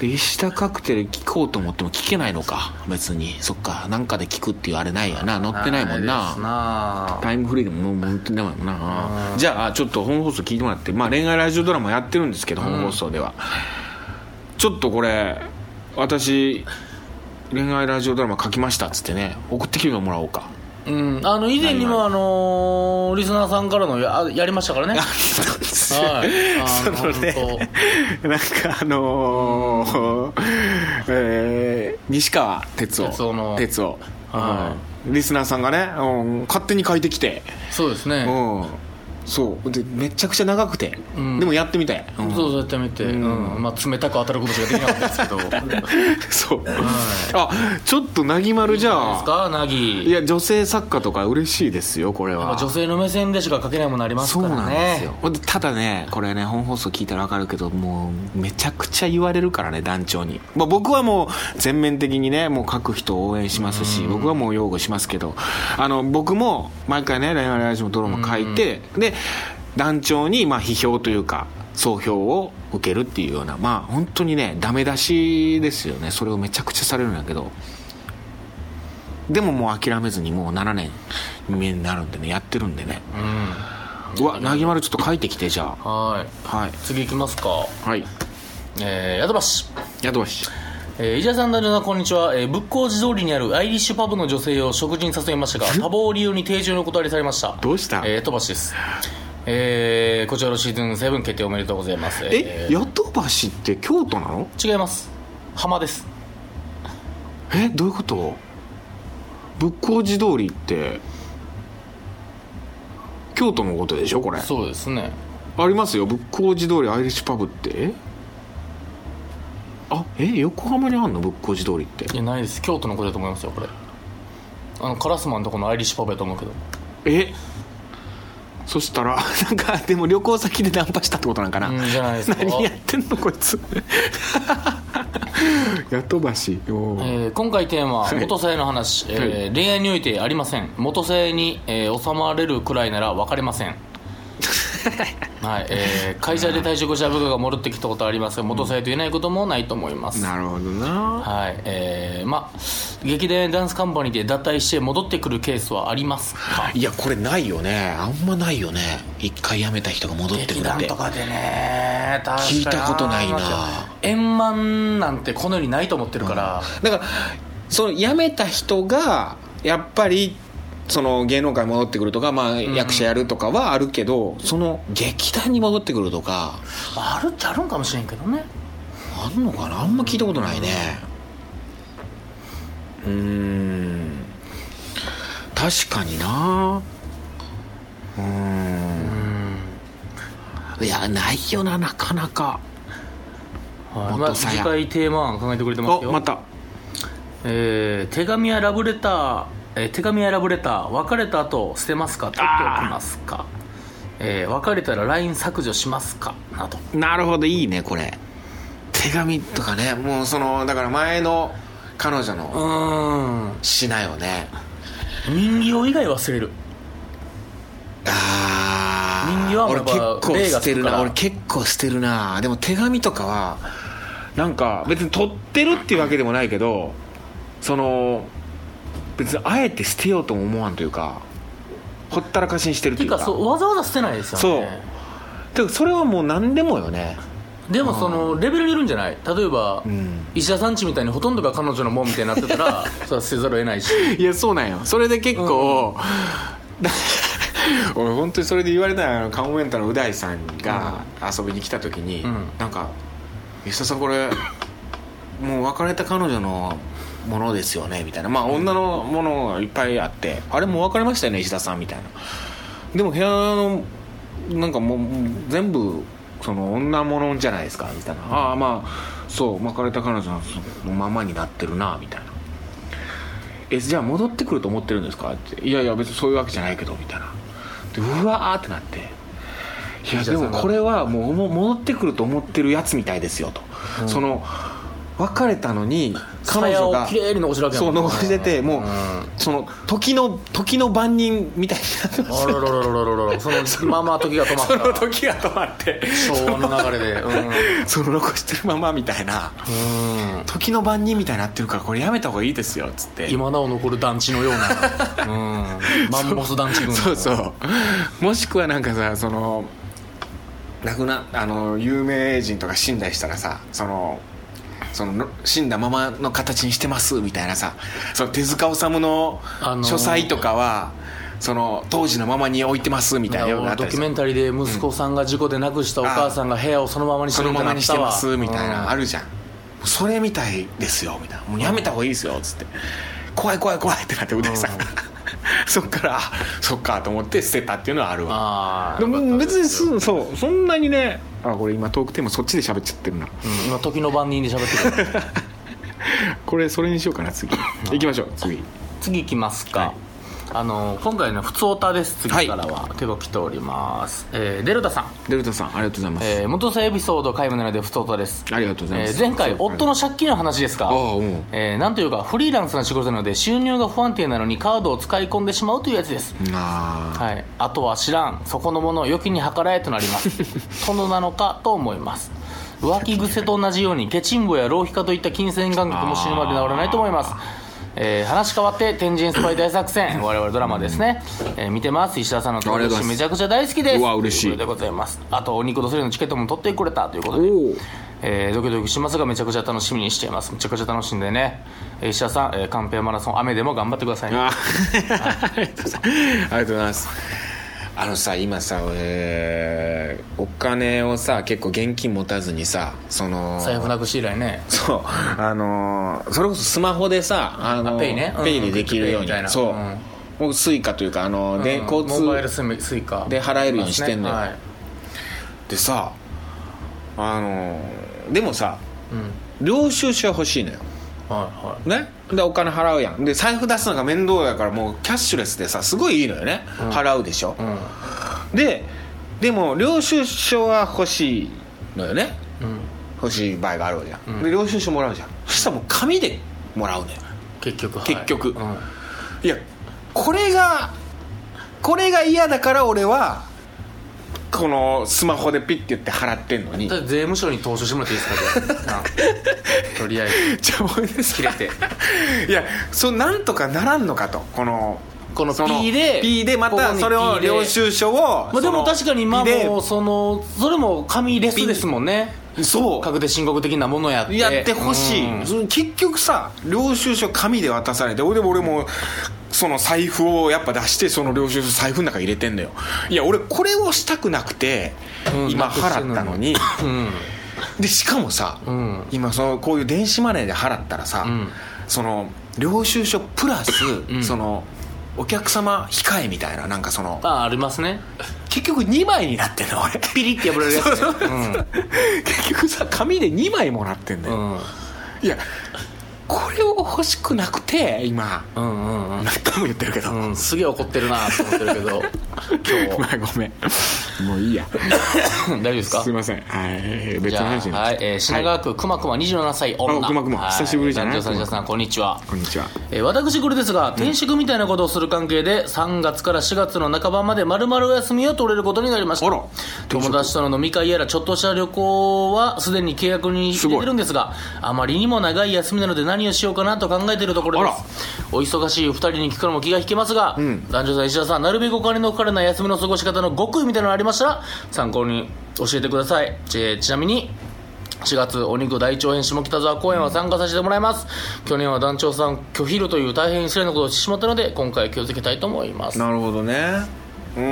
A: で石田カクテル聞こうと思っても聞けないのか別にそっかなんかで聞くっていうあれないやな載ってないもん
B: いで
A: な
B: すな
A: タイムフリーでももう本当にもんなじゃあちょっと本放送聞いてもらって、まあ、恋愛ラジオドラマやってるんですけど、本放送ではちょっとこれ私恋愛ラジオドラマ書きましたっつってね送ってきてもらおうか
B: うん、あの以前にも、あのーリスナーさんからのややりましたからね、はい あの
A: そのね
B: 本
A: なんかあのーえー西川哲夫
B: 哲夫の
A: 哲夫
B: は
A: うんリスナーさんがね、うん勝手に書いてきて
B: そうですね、
A: うんそうでめちゃくちゃ長くて、
B: ん
A: でもやってみたい、うん
B: そうそうやってみて、うんまあ、冷たく当たることしかできなかったです けど、どうで
A: そう、あちょっとなぎまるじゃ
B: す
A: あ
B: か、なぎ、
A: いや女性作家とか嬉しいですよこれ
B: まあ
A: は
B: 女性の目線でしか書けないものあります
A: そう
B: か
A: な
B: ら
A: んで
B: ね、
A: すよほんでただねこれね本放送聞いたら分かるけどもうめちゃくちゃ言われるからね団長に、まあ、僕はもう全面的にねもう書く人を応援しますし僕はもう擁護しますけどあの僕も毎回ね「恋愛ラジオ」ドラマ書いてで団長にまあ批評というか総評を受けるっていうようなまあ本当にねダメ出しですよねそれをめちゃくちゃされるんだけどでももう諦めずにもう7年目になるんでねやってるんでね
B: うん、
A: うわなぎまるちょっと書いてきてじゃ
B: はい
A: あはい
B: 次いきますか、
A: はい
B: えー、ヤドバシ。
A: やどばし
B: えー、伊沢さん、ダルナ、こんにちは、えー、仏光寺通りにあるアイリッシュパブの女性を食事に誘いましたが多忙を理由に定住にお断りされました
A: どうした
B: えー、飛ばしですえー、こちらのシーズン7決定おめでとうございます
A: えやどばしって京都なの
B: ー違います浜です
A: えどういうこと仏光寺通りって京都のことでしょこれ
B: そうですね
A: ありますよ仏光寺通りアイリッシュパブってえあえ横浜にあんの仏光寺通りって
B: いやないです京都のことだと思いますよこれあのカラスマンとこのアイリッシュパブやと思うけど
A: えそしたら なんかでも旅行先でナンパしたってことなんかな、
B: うんじゃないですか
A: 何やってんのこいつ やとばしおー
B: えー今回テーマは
A: はい
B: 元性の話、え
A: は
B: ー恋愛においてありません元性に、えー収まれるくらいなら別れま せんはい、えー会社で退職した部下が戻ってきたことはありますが元性と言えないこともないと思います、
A: なるほどな
B: はいえー、まあ劇団ダンスカンパニーで脱退して戻ってくるケースはあります か
A: いやこれないよねあんまないよね一回辞めた人が戻ってくる
B: 劇
A: っ
B: 団
A: て
B: とかでね確かに
A: 聞いたことないな
B: 円満なんてこの世にないと思ってるから、
A: だからその辞めた人がやっぱりその芸能界戻ってくるとか、まあ、役者やるとかはあるけど、その劇団に戻ってくるとか
B: まあ、あるっちゃあるんかもしれんけどね
A: あんのかなあんま聞いたことないねうーん確かになうーんいやないよななかなか
B: はい、まあ
A: 元さや
B: 次回テーマ案考えてくれてます
A: お
B: よ、
A: また
B: えー手紙やラブレター、えー手紙やラブレター別れた後捨てますか取っておきますか、えー別れたら LINE 削除しますかなど
A: なるほどいいねこれ手紙とかねもうそのだから前の彼女
B: う
A: の
B: ーん
A: しなよね
B: 人形以外忘れる
A: あー
B: 人形はもう
A: 俺
B: やっ
A: 結
B: ぱ
A: 構
B: 霊
A: 捨
B: が
A: て
B: つ
A: る
B: くから
A: な俺結構捨てるなでも手紙とかはなんか別に取ってるっていうわけでもないけどその別にあえて捨てようとも思わんというかほったらかしにしてると
B: て
A: い
B: いううか
A: か
B: そうわざわざ捨てないですよね
A: てかそれはもう何でもよね
B: でもそのレベルによるんじゃない例えば、
A: ん
B: 石田さんちみたいにほとんどが彼女のもんみたいになって たらそれはせざるを得ないし
A: いやそうなんよそれで結構、 俺本当にそれで言われたのはカモメンタのう大さんが遊びに来た時に、
B: うん
A: なんか「吉田さんこれもう別れた彼女のものですよね」みたいなまあ女のものがいっぱいあって「あれもう別れましたよね石田さん」みたいなでも部屋のなんかもう全部その女物じゃないですかみたいな「ああまあそう別れた彼女のままになってるな」みたいな「えじゃあ戻ってくると思ってるんですか?」って「いやいや別にそういうわけじゃないけど」みたいなでうわーってなって「いや
B: 藤
A: で
B: 田さんが
A: もこれはもうもう戻ってくると思ってるやつみたいですよ」と、その別れたのに彼女が
B: 蔦屋を綺麗に残してるわけや
A: そ
B: も
A: うん
B: ね
A: 残しててもう、
B: うん
A: その時の時の番人みたいになってます
B: あららららららららそのまあまあ時が止ま っ
A: そ
B: た
A: の時が止まって
B: 昭和の流れでうん
A: その残してるままみたいな
B: うん
A: 時の番人みたいになってるからこれやめた方がいいですよっつって
B: 今なお残る団地のよ うな、うん、マンモス団地群
A: そうそうもしくはなんかさその亡くなあの有名人とか死んだりしたらさそのそのの死んだままの形にしてますみたいなさその手塚治虫の
B: あのー
A: 書斎とかは、その当時のままに置いてますみたいなようなあった
B: ド
A: り
B: キ
A: す
B: ュ
A: る
B: メンタリーで息子さんが事故で亡くしたお母さんが部屋をそのままにして
A: そ
B: る
A: の
B: み
A: ま
B: たいな
A: まにしてますみたいなあ
B: る
A: るじゃんそれみたいですよみたいなもうやめた方がいいですよっつって怖い怖い怖いってなってう大さんが そっからあそっかと思って捨てたっていうのはあるわ
B: ああ
A: でも別に
B: うん
A: そそうそんなにねあこれ今トークテーマそっちで喋っちゃってるな
B: 今時の番人で喋ってる
A: これそれにしようかな次行きましょう次
B: 次行きますか、
A: はい
B: あの今回の「ふつおた」です次からは、手を来ております、えーデルタさん、
A: デルタさんありがとうございます、
B: えー、元さエピソード皆無なので「ふつおた」です
A: ありがとうございま
B: え
A: す、
B: ー前回夫の借金の話ですか
A: ああうん
B: えーなんというかフリーランスな仕事なので収入が不安定なのにカードを使い込んでしまうというやつです
A: あ
B: はい、あとは知らんそこのものを良きに計らえとなります 殿なのかと思います浮気癖と同じようにケチンボや浪費家といった金銭感覚も死ぬまで治らないと思いますえー話変わって天神スパイ大作戦我々ドラマですね、えー見てます石田さんの
A: ありがとうございます
B: めちゃくちゃ大好きです
A: うわ嬉しい
B: とうことでございますあとお肉とするのチケットも取ってくれたということ
A: お
B: で
A: お
B: えードキドキしますがめちゃくちゃ楽しみにしていますめちゃくちゃ楽しんでね、えー石田さん、えー、カンペマラソン雨でも頑張ってくださいね
A: あありがとうございますありがとうございますあのさ今さ、えーお金をさ結構現金持たずにさその
B: 財布なくし以来ね
A: そうあのーそれこそスマホでさあのー
B: あペイねうん
A: ペイでできるように
B: ペイみたいな
A: そう、
B: うん
A: 僕スイカというかあのーで
B: うん
A: 交
B: モバイル
A: 通
B: スイスイカ
A: で払えるようにしてんのよ
B: はい
A: でさあのーでもさ
B: うん
A: 領収書は欲しいのよ
B: はいはい
A: ねでお金払うやんで財布出すのが面倒やからもうキャッシュレスでさすごいいいのよね、払うでしょ、
B: うん
A: ででも領収書は欲しいのよね
B: うん、
A: 欲しい場合があるわけじゃん、
B: うん
A: で領収書もらうじゃんそしたらもう紙でもらうのよ
B: 結局はい
A: 結局
B: うんうん
A: いやこれがこれが嫌だから俺はこのスマホでピッて言って払ってんのに
B: だって税務署に投書してもらっていいです かじゃあとりあえず
A: じゃあもうです
B: 切れて
A: いやそうなんとかならんのかとこの
B: この
A: そ
B: P で
A: P でまたそれを領収書を
B: まあ、でも確かに今もう
A: う
B: そのそれも紙レスですもんね
A: そう
B: 確定申告的なものやって
A: やってほしい、
B: うん
A: その結局さ領収書紙で渡されて俺でも俺もその財布をやっぱ出してその領収書財布の中入れてんのよいや俺これをしたくなくて、
B: うん
A: 今払ったのに
B: うん
A: でしかもさ、
B: うん
A: 今そのこういう電子マネーで払ったらさ、
B: うん
A: その領収書プラス、
B: ん
A: そのお客様控えみたいななんかその
B: ああありますね
A: 結局2枚になってんの俺
B: ピリッて破れる やつね
A: そうそう結局さ紙で2枚もらってんだ
B: う
A: よ、
B: んうん
A: いやこれを欲しくなくて今
B: うんうん
A: 何回も言ってるけど、
B: うん、うん、すげえ怒ってるなと思ってるけ ど
A: まあごめんもういいや
B: 大丈夫ですか
A: すいませんはい別
B: じ
A: の
B: ゃあ、
A: 話にな
B: は
A: っ
B: い
A: ちゃう
B: えー、品川区くまくま27歳女
A: あくまくま
B: はい
A: 久しぶりじゃない
B: 男女さん女さんこんにちは
A: こんにちは
B: えー私これですが転職みたいなことをする関係で、3月から4月の半ばまでまるまるお休みを取れることになりました
A: あら転職
B: 友達との飲み会やらちょっとした旅行はすでに契約に入れてるんですがあまりにも長い休みなので何をしようかなと考えているところで
A: あら
B: すお忙しいお二人に聞くのも気が引けますが、
A: ん
B: 男女さん石田さんなるべくお金のかからない休みの過ごし方の極意みたいなのありましたら参考に教えてくださいち,、えーちなみに4月お肉大長編下北沢公演は参加させてもらいます、去年は団長さん拒否るという大変失礼なことをしてしまったので今回は気をつけたいと思います
A: なるほどねうー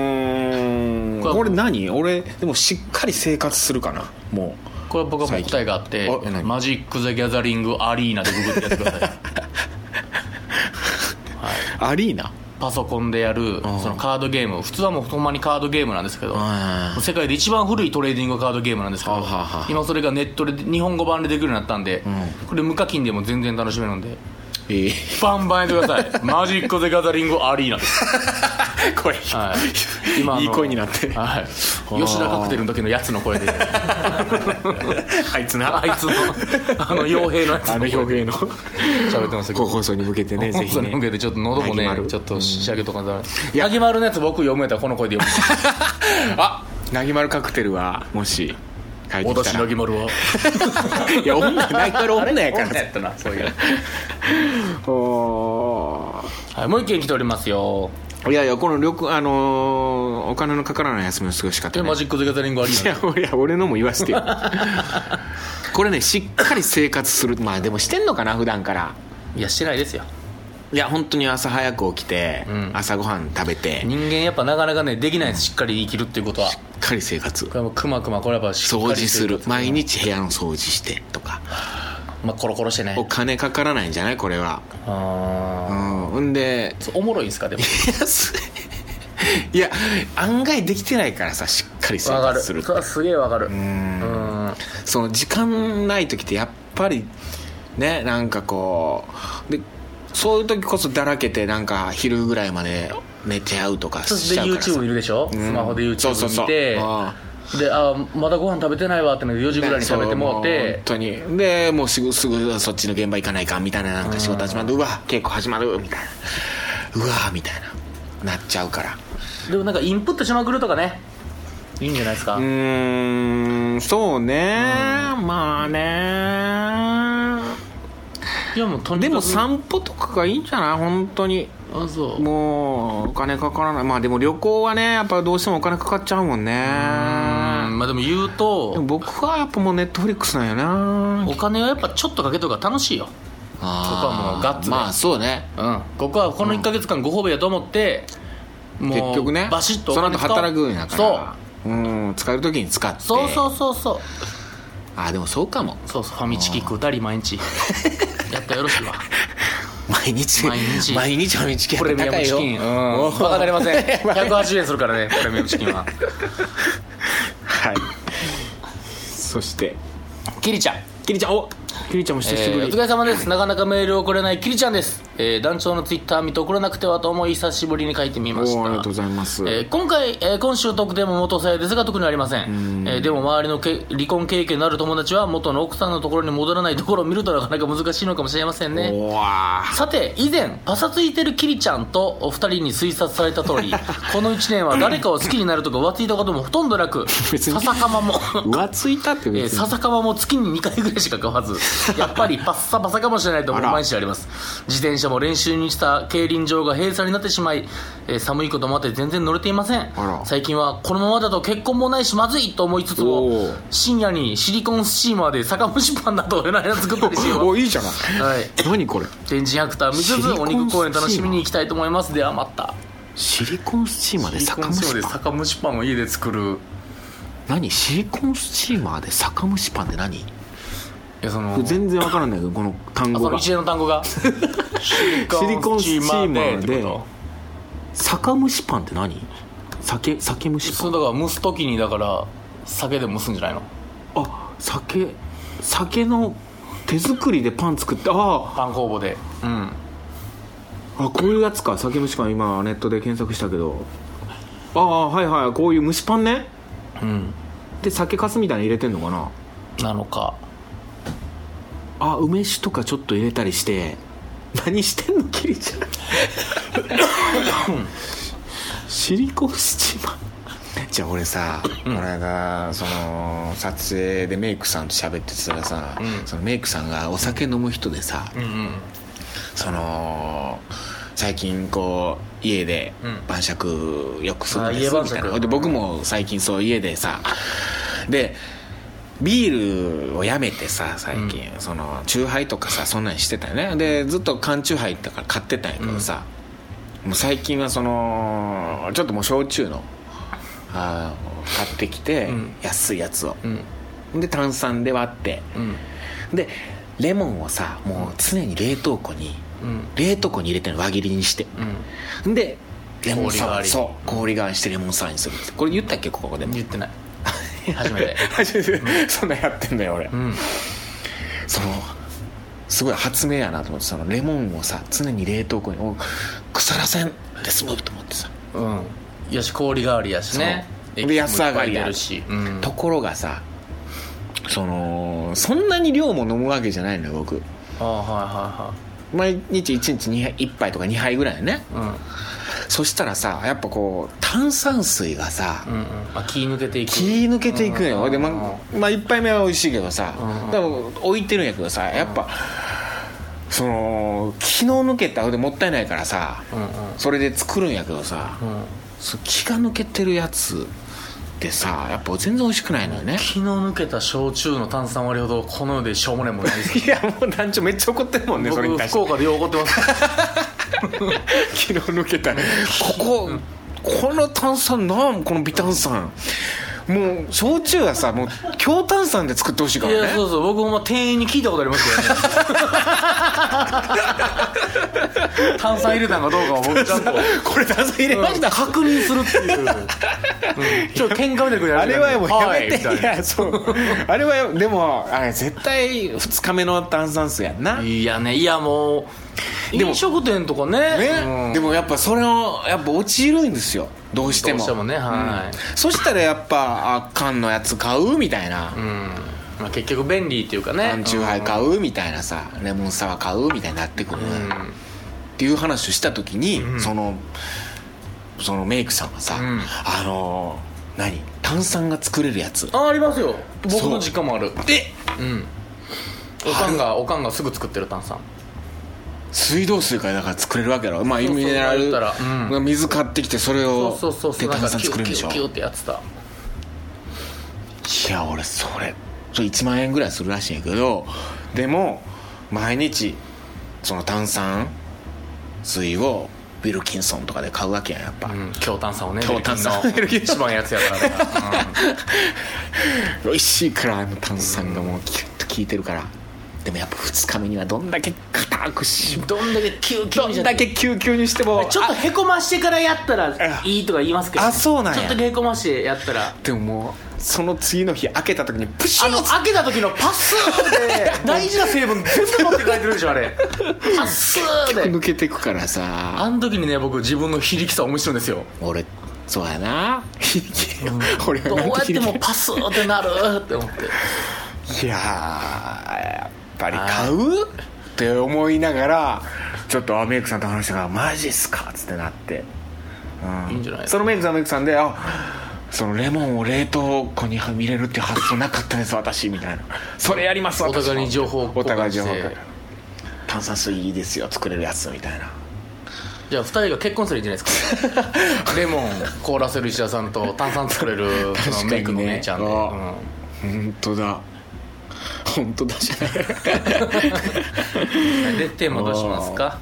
A: ん
B: これは
A: これ何俺でもしっかり生活するかなも
B: これは僕はもう答えがあって
A: 最近あえ何
B: マジック・ザ・ギャザリング・アリーナでググってやってください
A: うアリーナ
B: パソコンでやる
A: ん
B: そのカードゲーム普通はもうほんまにカードゲームなんですけど
A: あ
B: 世界で一番古いトレーディングカードゲームなんですけど
A: はあはあはあ
B: 今それがネットで日本語版でできるようになったんで、これ無課金でも全然楽しめるんで
A: ええ
B: バンバンやってくださ いマジック・ザ・ギャザリング・アリーナです、
A: これ
B: はい、あの
A: いい声になって
B: はい、吉田カクテルの時のやつの声 で
A: あいつな
B: あいつのあの傭兵のやつ
A: あの
B: の声
A: 表
B: で
A: 現の
B: 喋ってますけど
A: 放送に向けてねぜひ
B: 本当に向
A: ね
B: けてちょっと喉
A: な
B: も
A: ぎま
B: ね
A: る
B: ちょっと仕上げとかだ
A: いや
B: なぎまるのやつ僕読めたらこの声で読む
A: あなぎまるカクテルはもし書 いてき
B: 私
A: た
B: な
A: ら
B: ぎまるはい
A: や女なぎまる女やか
B: 女
A: ら
B: やったなそういう
A: お
B: はい、もう一件来ておりますよ。
A: ーいやいやこの旅行あのーお金のかからない休みの過ごし方、
B: で、
A: ね、
B: マジック・ザ・ギャザリングあり
A: いや俺俺のも言わ せてよこれねしっかり生活するまあでもしてんのかな普段から
B: いや、してないですよ。
A: いや本当に朝早く起きて、
B: ん
A: 朝ごはん食べてし
B: 人間やっぱなかなかね、できないです。しっかり生きるっていうことは。
A: っかり生活
B: これはもうくまくま、これはやっぱしっかり
A: 掃除する
B: 生活
A: 毎。日部屋の掃除してとか
B: まあ、コロコロしてね
A: お。金かからないんじゃないこれはう
B: あ
A: んほんで
B: ーそうおもろいんすか、でも。
A: 安 いいや案外できてないからさしっかり生
B: わかる。
A: 活するって
B: それはすげえわかる。うん。
A: その時間ない時ってやっぱりねなんかこうでそういう時こそだらけてなんか昼ぐらいまで寝ちゃうとか
B: そ
A: し
B: し
A: ち
B: て
A: ゃうからさ
B: YouTube 見るでしょ、
A: うん
B: スマホで
A: そうそう
B: YouTube
A: そう
B: 見て
A: あ
B: であーまだご飯食べてないわってので4時ぐらいに食べてもう
A: そう
B: て
A: 本当にでもうすぐすぐそっちの現場行かないかんみたいななんか仕事始まるうわ稽古始まるみたいなうわみたいななっちゃうから
B: でもなんかインプットしまくるとかねいいんじゃないですか、
A: うーんそうねまあね
B: いやもうとにか
A: で
B: く
A: も散歩とかがいいんじゃない本当に
B: あそう
A: もうお金かからないまあでも旅行はねやっぱどうしてもお金かかっちゃうもん
B: う
A: ね
B: んまあでも言う
A: でも
B: と
A: 僕はやっぱもうネットフリックスなんよな
B: お金はやっぱちょっとかけとくが楽しいよ
A: そこは
B: もうガッツで
A: まあそうね
B: うん僕はこの1か月間ご褒美だと思って、もう
A: 結局ね
B: バシッと
A: その後働くんや
B: や
A: からそううん使える時に使って
B: そうそううそうそうそう
A: あでもそうかも
B: そうそうファミチキ食うたり 毎日やったらよろしいわ
A: 毎日
B: 毎 日
A: 毎日毎日
B: プレミア
A: 高
B: ム
A: い
B: チ
A: よ
B: キンうん
A: お
B: バ
A: ー
B: カかりま せん180円するからねプレミアムチキン
A: は
B: は
A: いそして
B: キリちゃん
A: キリちゃんおキリちゃんも久しぶ
B: えー
A: り
B: お疲れ様ですなかなかメールを送れないキリちゃんですえー団長のツイッター見て送らなくてはと思い久しぶりに書いてみまし
A: お
B: た
A: ーありがとうございます
B: えー今回、えー今週特でも元さやですが特にありません、えーでも周りのけ離婚経験のある友達は元の奥さんのところに戻らないところを見るとなかなか難しいのかもしれませんね
A: おわ
B: さて以前パサついてるキリちゃんとお二人に推察された通りこの1年は誰かを好きになるとか浮ついたこともほとんどなく
A: 別に
B: 笹かまも
A: 浮ついたって
B: えー、
A: 別に
B: 笹川も月に2回ぐらいしか買 わず、やっぱりパッサパサかもしれないと思う
A: あら
B: 毎日あります。自転車も練習にした競輪場が閉鎖になってしまい、えー寒いこともあって全然乗れていません
A: あ。ら
B: 最近はこのままだと結婚もないしまずいと思いつつも
A: おー、
B: 深夜にシリコンスチーマーで酒蒸しパンなどを夜な夜な作ったりしていま す
A: おいいじゃない
B: はい。
A: 何これ
B: 天神百田見つ
A: シリ
B: つ
A: コン
B: お肉公園楽しみに行きたいと思います。ではまた。
A: シリコンスチーマーで酒蒸
B: シリコ
A: し
B: ンスチーマーで
A: パン
B: 酒蒸しパンを家で作る。
A: 何シリコンスチーマーで酒蒸しパンって何
B: いや、その、
A: 全然わからないけどこの単
B: あ
A: 語
B: その
A: が
B: 一連の単 語がシリ
A: コンスチーマーで
B: ってこ
A: 酒蒸しパンって何酒酒蒸
B: と
A: しパ
B: そ
A: ン
B: うだから蒸す時にだから酒で蒸すんじゃないの
A: あ酒酒の手作りでパン作ってあ
B: パン工房でうん
A: ーあこういうやつか酒蒸しパン今ネットで検索したけどああはいはいこういう蒸しパンね
B: うん
A: で酒粕みたいなの入れてんのかな
B: なのか
A: あ梅酒とかちょっと入れたりして何してんのキリちゃんシリコンスチーマーじゃあ俺さ、この間その撮影でメイクさんと喋ってたらさ、
B: うん
A: そのメイクさんがお酒飲む人でさ、
B: うんうん
A: その最近こう家で
B: うん
A: 晩酌よくするんです
B: あー家晩
A: み
B: 酌
A: たいな、で僕も最近そう家でさでビールをやめてさ最近、そのチューハイとかさそんなんしてたよねでずっと缶チューハイとか買ってたんやけどさ、もう最近はそのちょっともう焼酎のあー買ってきて、
B: うん
A: 安いやつを
B: う、ん
A: で炭酸で割って
B: うん
A: でレモンをさもう常に冷凍庫に
B: うん
A: 冷凍庫に入れてるの輪切りにして、でレモンサ
B: 氷代わ
A: ワー
B: り
A: そう氷側にしてレモンサワーにするってこれ言ったっけここで
B: うん
A: も
B: 言ってない 初めて
A: 初めて そんなやってんだよ俺、
B: うん
A: そのすごい発明やなと思ってそのレモンをさ常に冷凍庫にお腐らせんで済むと思ってさ、
B: うんよし氷代わりやしね
A: そうで安上がり
B: や
A: や
B: るしうん
A: ところがさそのそんなに量も飲むわけじゃないのよ僕
B: あはい
A: 毎日1日2杯1杯とか2杯ぐらいね
B: はいはい
A: そしたらさやっぱこう炭酸水がさ、
B: うんうんうんあ気抜けていく
A: 気抜けていくんよ、
B: うん
A: でま
B: うん
A: まあ1杯目は美味しいけどさ、
B: うん
A: でも置いてるんやけどさやっぱ、その気の抜けたでもったいないからさ、
B: うんうん
A: それで作るんやけどさ、
B: うん
A: そう気が抜けてるやつってさやっぱ全然美味しくないのよね
B: 気の抜けた焼酎の炭酸割りほどこの世でしょうもないもんないです
A: いやもう団長めっちゃ怒ってる もんねそれに
B: 僕
A: 対し
B: 福
A: て
B: 岡でよう怒ってます
A: 気の抜けたこここの炭酸なんこの微炭酸もう焼酎はさもう強炭酸で作ってほしいか
B: い
A: らね
B: やそうそう僕ほんま店員に聞いたことありますけど ね炭酸入れたんかどうかは僕ちゃんと
A: これ炭酸入れました、
B: 確認するっていう、うんちょっと喧嘩みたいなことや
A: あ
B: る
A: れはもうやめて、、
B: はいいみたい
A: やそうあれはでもあれ絶対2日目の炭酸水やんな、
B: な
A: ね
B: いやねいやもう飲食店とかねうん
A: でもやっぱそれをやっぱ陥るんですよどうして
B: どう
A: も
B: してもねはい、
A: そしたらやっぱあ缶のやつ買うみたいな、
B: うんまあ、結局便利っていうかね
A: 缶チューハイ買うみたいなさレモンサワー買うみたいになってくるのよ、
B: うん
A: っ、ていう話をした時に、そのそのメイクさんがさ、
B: ん
A: あの何炭酸が作れるやつ
B: あありますよ僕
A: そ
B: の
A: う
B: 実家もある
A: で
B: うんおかんがおかんがすぐ作ってる炭酸
A: 水道水からだから作れるわけやろまあ
B: そうそう
A: ミネラ
B: 言
A: ル
B: ったらう
A: 水買ってきてそれを
B: そうそうそうそ
A: で
B: うなん
A: 炭
B: か
A: 酸
B: キュ
A: 作
B: ッ
A: れる
B: キ
A: ん
B: ュ
A: でしょ
B: ッキュッってやってた
A: いや俺それそれ1万円ぐらいするらしいんやけどでも毎日その炭酸水をウィルキンソンとかで買うわけやんやっぱ、
B: うん強炭酸をね
A: 強炭酸
B: ベルギーの一番やつやからね
A: 美味しいからあの炭酸がもうキュッと効いてるからでもやっぱ2日目にはどんだけ硬くし
B: うんどんだけキュッキュ
A: ど
B: ッ
A: んだけ急遽にしても
B: ちょっとへこましてからやったらいいとか言いますけどね、
A: あそうなんや
B: ちょっとへこましてやったら
A: でももうその次の日開けた時にプシュ
B: あ
A: ー
B: の開けた時のパス ーで大事な成分全部持って帰ってるでしょあれパスーで
A: 抜けてくからさ
B: あの時にね僕自分の非力さを思い知るんですよ
A: 俺そうやな俺は
B: どう
A: なん
B: や
A: て
B: っても
A: い
B: パスーってなるって思って
A: やーやっぱり買うって思いながらちょっとあメイクさんと話したからマジっすかっつってなって、うん、
B: いいんじゃない
A: そのメイクさんはメイクさんであそのレモンを冷凍庫にはみれるっていう発想なかったです私みたいなそれやります
B: お
A: 私も
B: 互いに情報交換して
A: お互い情報交換炭酸水いいですよ作れるやつみたいな
B: じゃあ2人が結婚するんじゃないです かレモン凍らせる石田さんと炭酸作れるその
A: 確かにね
B: メイクの姉ちゃんで、
A: あ
B: うん
A: 本当だ本当だじゃない
B: でテーマどうしますか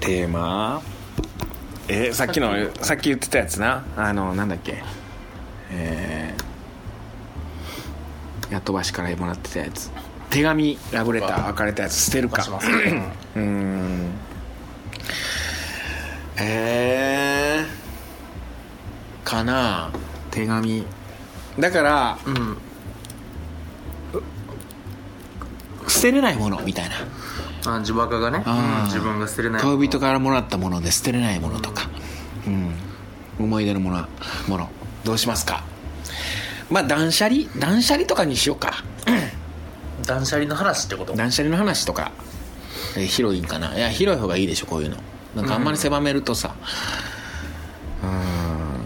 A: テーマえさっきのさっき言ってたやつなあのなんだっけえー、やっとばしからもらってたやつ手紙ラブレター別れたやつ捨てる
B: 出
A: か
B: します、うん
A: うーんえー、かな手紙だから
B: うん
A: 捨てれないものみたいな
B: あ自爆がね、
A: あー
B: うん自分が捨てれない
A: 恋人からもらったもので捨てれないものとか、うん思い出のものものどうしますかまあ断捨離断捨離とかにしようか
B: 断捨離の話ってこと
A: 断捨離の話とか、えー広いんかないや広い方がいいでしょこういうのなんかあんまり狭めるとさ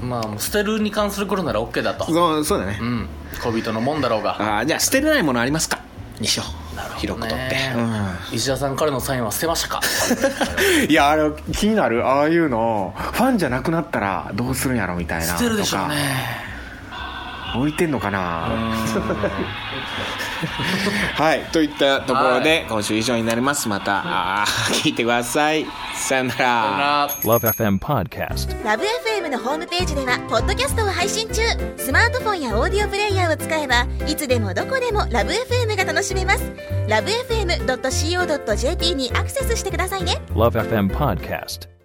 A: うん
B: まあもう捨てるに関することなら OK だと
A: そうそうだね
B: うん恋人のもんだろうが
A: あーじゃあ捨てれないものありますかにしよう
B: なるほど
A: 広
B: ね
A: くとって、
B: 石田さんからのサインは捨てまし たか
A: いやあれ気になるああいうのファンじゃなくなったらどうするんやろみたいな
B: 捨てるでしょうね
A: 置いてんのかな はいといったところで今週以上になりますまたあー聞いてくださいさよな
B: だ
A: ら
B: から
C: Love FM Podcast.
D: ラブ f m のホームページではポッドキャストを配信中スマートフォンやオーディオプレイヤーを使えばいつでもどこでもラブ f m が楽しめますラブ FM.co.jp にアクセスしてくださいね
C: Love FM Podcast.